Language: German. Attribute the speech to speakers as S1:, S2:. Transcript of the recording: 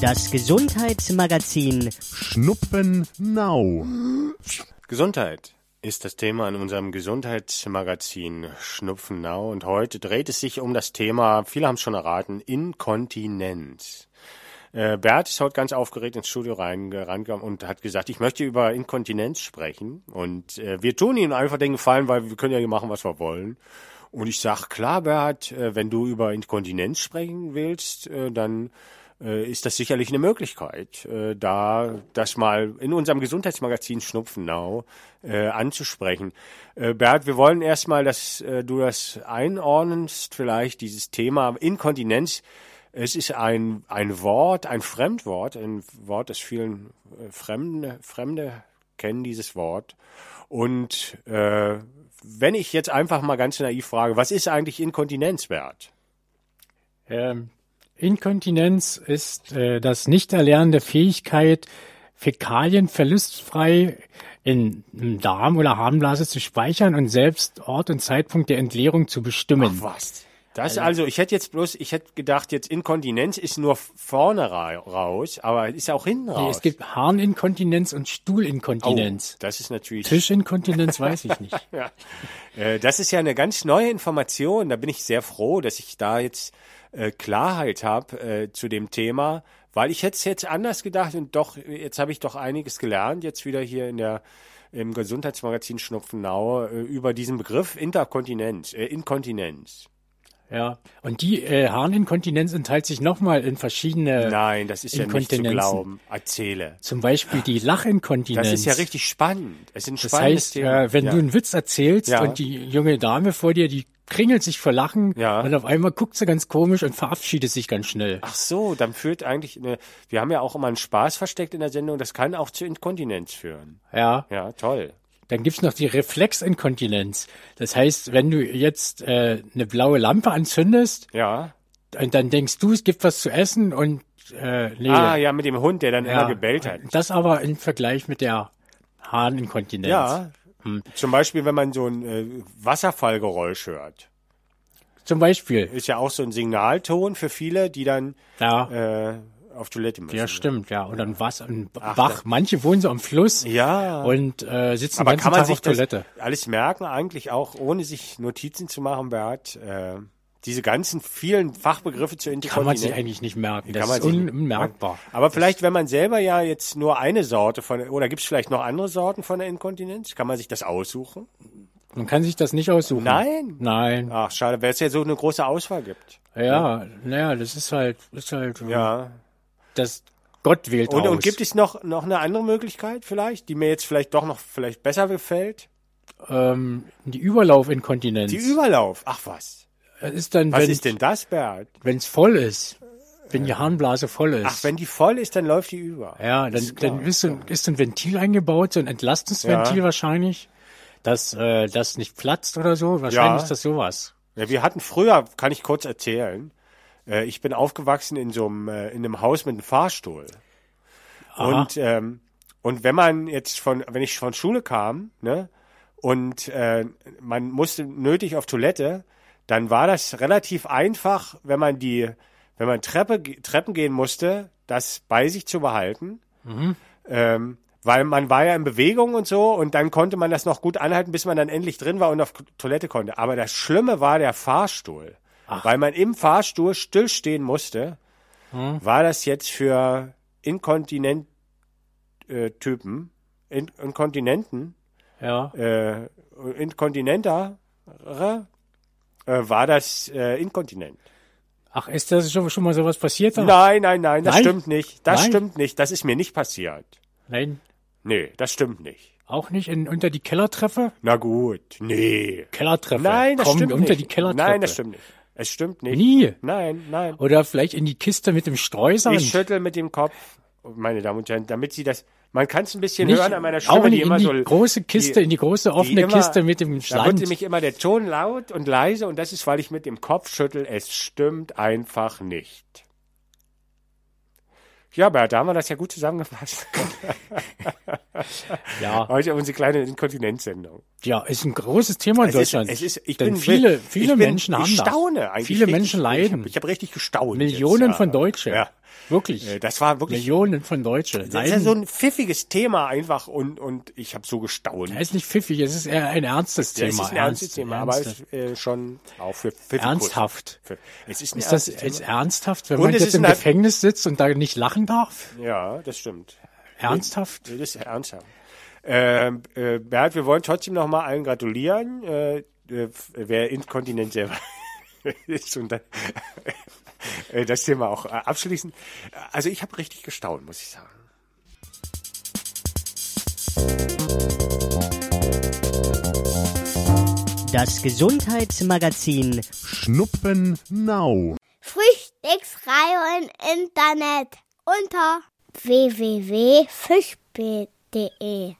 S1: Das Gesundheitsmagazin
S2: Schnuppen Now.
S3: Gesundheit ist das Thema in unserem Gesundheitsmagazin Schnupfen Now und heute dreht es sich um das Thema, viele haben es schon erraten, Inkontinenz. Äh, Bert ist heute ganz aufgeregt ins Studio reingegangen und hat gesagt, ich möchte über Inkontinenz sprechen und äh, wir tun Ihnen einfach den Gefallen, weil wir können ja hier machen, was wir wollen. Und ich sag, klar, Bert, äh, wenn du über Inkontinenz sprechen willst, äh, dann äh, ist das sicherlich eine Möglichkeit, äh, da das mal in unserem Gesundheitsmagazin Schnupfenau äh, anzusprechen. Äh, Bert, wir wollen erstmal, dass äh, du das einordnest, vielleicht dieses Thema Inkontinenz. Es ist ein, ein Wort, ein Fremdwort, ein Wort, das vielen äh, Fremde, Fremde kennen, dieses Wort. Und äh, wenn ich jetzt einfach mal ganz naiv frage, was ist eigentlich Inkontinenz, Bert?
S4: Ähm, Inkontinenz ist äh, das Nichterlernen der Fähigkeit, Fäkalien verlustfrei in, im Darm oder Harnblase zu speichern und selbst Ort und Zeitpunkt der Entleerung zu bestimmen.
S3: was? Das also, ich hätte jetzt bloß, ich hätte gedacht, jetzt Inkontinenz ist nur vorne ra raus, aber ist auch hinten
S4: Nee,
S3: raus.
S4: es gibt Harninkontinenz und
S3: oh,
S4: Stuhlinkontinenz.
S3: das ist natürlich,
S4: Tischinkontinenz weiß ich nicht.
S3: äh, das ist ja eine ganz neue Information. Da bin ich sehr froh, dass ich da jetzt äh, Klarheit habe äh, zu dem Thema, weil ich hätte es jetzt anders gedacht und doch, jetzt habe ich doch einiges gelernt, jetzt wieder hier in der im Gesundheitsmagazin Schnupfenau äh, über diesen Begriff Interkontinenz, äh, Inkontinenz.
S4: Ja. Und die äh, Harninkontinenz enthält sich nochmal in verschiedene.
S3: Nein, das ist ja nicht zu
S4: Äh, Inkontinenzen.
S3: glauben. Erzähle.
S4: Zum Beispiel die Lachinkontinenz.
S3: Das ist ja richtig spannend. Es ist ein
S4: Das
S3: spannendes
S4: heißt,
S3: Thema.
S4: äh, wenn
S3: ja.
S4: du einen Witz erzählst
S3: Ja.
S4: und die junge Dame vor dir, die kringelt sich vor Lachen
S3: Ja.
S4: und auf einmal guckt sie ganz komisch und verabschiedet sich ganz schnell.
S3: Ach so, dann führt eigentlich eine. Wir haben ja auch immer einen Spaß versteckt in der Sendung. Das kann auch zu Inkontinenz führen.
S4: Ja,
S3: Ja, toll.
S4: dann gibt's noch die Reflexinkontinenz. Das heißt, wenn du jetzt äh, eine blaue Lampe anzündest
S3: Ja.
S4: und dann denkst du, es gibt was zu essen und äh, nee.
S3: Ah, ja, mit dem Hund, der dann
S4: Ja.
S3: immer gebellt halt. hat.
S4: Das aber im Vergleich mit der Harninkontinenz.
S3: Ja.
S4: Hm.
S3: Zum Beispiel, wenn man so ein äh, Wasserfallgeräusch hört.
S4: Zum Beispiel.
S3: Ist ja auch so ein Signalton für viele, die dann
S4: Ja.
S3: äh, auf Toilette müssen.
S4: Ja, stimmt, ja. Und dann was im Bach. Manche wohnen so am Fluss
S3: Ja.
S4: und äh, sitzen
S3: Aber
S4: den ganzen
S3: kann man
S4: Tag
S3: sich
S4: auf Toilette.
S3: Das alles merken, eigentlich auch, ohne sich Notizen zu machen, Bert? Äh, diese ganzen vielen Fachbegriffe zu
S4: Kann man
S3: Interkontinenz.
S4: sich eigentlich nicht merken.
S3: ne?
S4: Das
S3: Kann man
S4: ist
S3: sich-
S4: un unmerkbar.
S3: Aber vielleicht, wenn man selber ja jetzt nur eine Sorte von, oder gibt es vielleicht noch andere Sorten von der Inkontinenz? Kann man sich das aussuchen?
S4: Man kann sich das nicht aussuchen.
S3: Nein.
S4: Nein.
S3: Ach, schade, weil es ja so eine große Auswahl gibt.
S4: Ja, naja, das ist halt, ist halt,
S3: Ja.
S4: das Gott wählt
S3: Und,
S4: aus.
S3: und gibt es noch, noch eine andere Möglichkeit vielleicht, die mir jetzt vielleicht doch noch vielleicht besser gefällt?
S4: ähm, die Überlaufinkontinenz.
S3: Die Überlauf. Ach was.
S4: Das ist dann,
S3: Was
S4: wenn
S3: ist denn das, Bert?
S4: wenn's voll ist, wenn die Harnblase voll ist.
S3: Ach, wenn die voll ist, dann läuft die über.
S4: ja, dann,
S3: Ist klar.
S4: dann ist so, ein, ist so ein Ventil eingebaut, so ein Entlastungsventil
S3: Ja.
S4: wahrscheinlich, dass äh, das nicht platzt oder so. Wahrscheinlich
S3: Ja.
S4: ist das sowas.
S3: Ja, wir hatten früher, kann ich kurz erzählen, äh, ich bin aufgewachsen in so einem, äh, in einem Haus mit einem Fahrstuhl. Und, ähm, und wenn man jetzt von, wenn ich von Schule kam, ne, und äh, man musste nötig auf Toilette, dann war das relativ einfach, wenn man die, wenn man Treppe, ge- Treppen gehen musste, das bei sich zu behalten. Ähm, weil man war ja in Bewegung und so und dann konnte man das noch gut anhalten, bis man dann endlich drin war und auf Toilette konnte. Aber das Schlimme war der Fahrstuhl. Weil man im Fahrstuhl stillstehen musste,
S4: Hm.
S3: war das jetzt für Inkontinent-Typen, äh, Typen, In Inkontinenten,
S4: Ja.
S3: äh, Inkontinenter, äh, war das äh, inkontinent.
S4: Ach, ist das schon, schon mal sowas passiert? oder?
S3: Nein, nein, nein, das
S4: Nein?
S3: stimmt nicht. Das
S4: Nein?
S3: stimmt nicht. Das ist mir nicht passiert.
S4: Nein.
S3: Nee, das stimmt nicht.
S4: Auch nicht in, unter die Kellertreffe?
S3: Na gut, nee.
S4: Kellertreffe.
S3: Nein, das
S4: Kommen
S3: stimmt
S4: unter
S3: nicht.
S4: die Kellertreffe.
S3: Nein, das stimmt nicht. Es stimmt nicht.
S4: Nie.
S3: Nein, nein.
S4: Oder vielleicht in die Kiste mit dem Streusand.
S3: Ich schüttel mit dem Kopf, meine Damen und Herren, damit Sie das. Man kann es ein bisschen
S4: Nicht-
S3: hören an meiner
S4: auch
S3: Stimme,
S4: nicht
S3: die immer
S4: in die
S3: so.
S4: große Kiste, in die große offene Kiste mit dem
S3: Da wird
S4: Sand.
S3: nämlich immer der Ton laut und leise und das ist, weil ich mit dem Kopf schüttel. Es stimmt einfach nicht. Ja, aber da haben wir das ja gut zusammengefasst.
S4: ja.
S3: Heute unsere kleine Inkontinenzsendung.
S4: ja, ist ein großes Thema in
S3: Es
S4: Deutschland.
S3: Ist, es ist, ich
S4: Denn
S3: bin,
S4: viele,
S3: ich
S4: viele
S3: bin,
S4: Menschen haben
S3: ich staune
S4: das.
S3: eigentlich
S4: Viele
S3: richtig.
S4: Menschen leiden.
S3: Ich habe hab richtig gestaunt.
S4: Millionen
S3: jetzt, ja.
S4: von Deutschen.
S3: Ja.
S4: Wirklich.
S3: Äh, Das war wirklich
S4: Millionen von Deutschen.
S3: das ist ja so ein pfiffiges Thema einfach und, und ich habe so gestaunt.
S4: Ja, ist nicht pfiffig, es ist eher ein ernstes
S3: Ja,
S4: Thema.
S3: es ist ein
S4: Ernst-
S3: ernstes Thema, aber
S4: ernste-
S3: ist, äh, schon auch für Pfiffikus.
S4: Ernsthaft.
S3: Für, es ist ein
S4: Ist das
S3: ernstes
S4: jetzt
S3: Thema.
S4: ernsthaft, wenn
S3: Und
S4: man
S3: es
S4: jetzt
S3: ist
S4: im
S3: ein-
S4: Gefängnis sitzt und da nicht lachen darf?
S3: Ja, das stimmt.
S4: Ernsthaft?
S3: Das ist ernsthaft. Ähm, äh, Bernd, wir wollen trotzdem nochmal allen gratulieren. Äh, äh, wer inkontinent selber ist und dann äh, das Thema auch äh, abschließen. Also ich habe richtig gestaunt, muss ich sagen.
S1: Das Gesundheitsmagazin
S2: Schnuppen now.
S5: Frühstücksreihe im Internet unter www.fischb.de